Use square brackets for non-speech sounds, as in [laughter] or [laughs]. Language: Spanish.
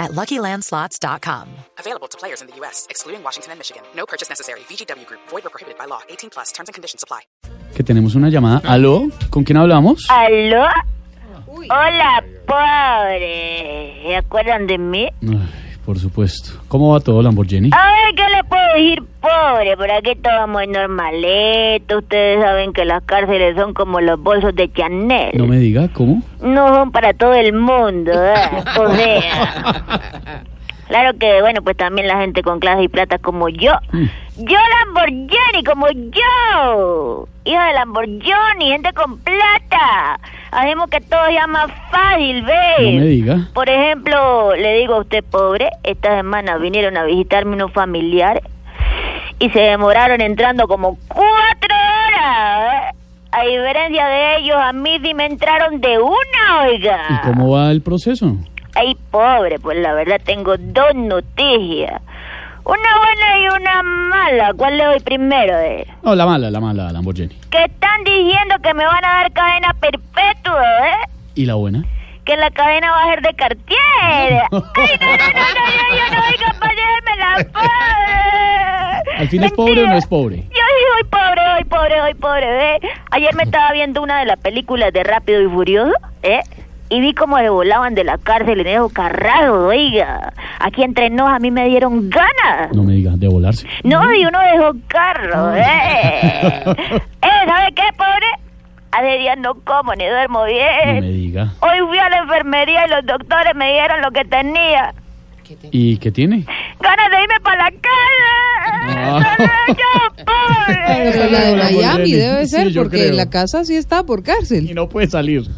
at luckylandslots.com. Available to players in the U.S., excluding Washington and Michigan. No purchase necessary. VGW Group, void or prohibited by law. 18 plus terms and conditions apply. Que tenemos una llamada. ¿Aló? ¿Con quién hablamos? Ah. ¿Aló? Hola, pobre. ¿Se acuerdan de mí? Ay, por supuesto. ¿Cómo va todo, Lamborghini? A ver, ¿qué le puedo decir, pobre? Por aquí todo muy normalito. Ustedes saben que las cárceles son como los bolsos de Chanel. No me diga, ¿cómo? No son para todo el mundo, ¿eh? O sea. Claro que, bueno, pues también la gente con clase y plata como yo. Mm. Yo Lamborghini, como yo. Hija de Lamborghini, gente con plata. Hacemos que todo sea más fácil, No me ¿ves? diga. Por ejemplo, le digo a usted, pobre, esta semana vinieron a visitarme unos familiares y se demoraron entrando como cuatro horas. ¿eh? A diferencia de ellos, a mí sí me entraron de una, oiga. ¿Y cómo va el proceso? Ay, pobre, pues la verdad tengo dos noticias. Una buena y una mala. ¿Cuál le doy primero? eh? No, la mala, la mala, Lamborghini. Que están diciendo que me van a dar cadena perpetua, ¿eh? ¿Y la buena? que la cadena va a ser [laughs] de Cartier. ¡Ay, no, no, no, no, yo no soy capaz de darme la pobre! ¿Al fin es pobre o no es pobre? Yo sí soy pobre, soy pobre, soy pobre, ¿eh? Ayer me estaba viendo una de las películas de Rápido y Furioso, ¿eh? Y vi cómo le volaban de la cárcel en esos carrados, oiga. Aquí entre nos a mí me dieron ganas. No me diga, de volarse. No, y uno dejó carro, ¿eh? ¿Eh? ¿Sabe qué, pobre? Hace días no como ni duermo bien. No me diga. Hoy fui a la enfermería y los doctores me dieron lo que tenía. ¿Y qué tiene? Ganas de irme para la Ah. casa. Solo yo, pobre. Pero la de Hola, Miami Lamborghini. debe ser, Sí, yo porque creo. la casa sí está por cárcel. Y no puede salir.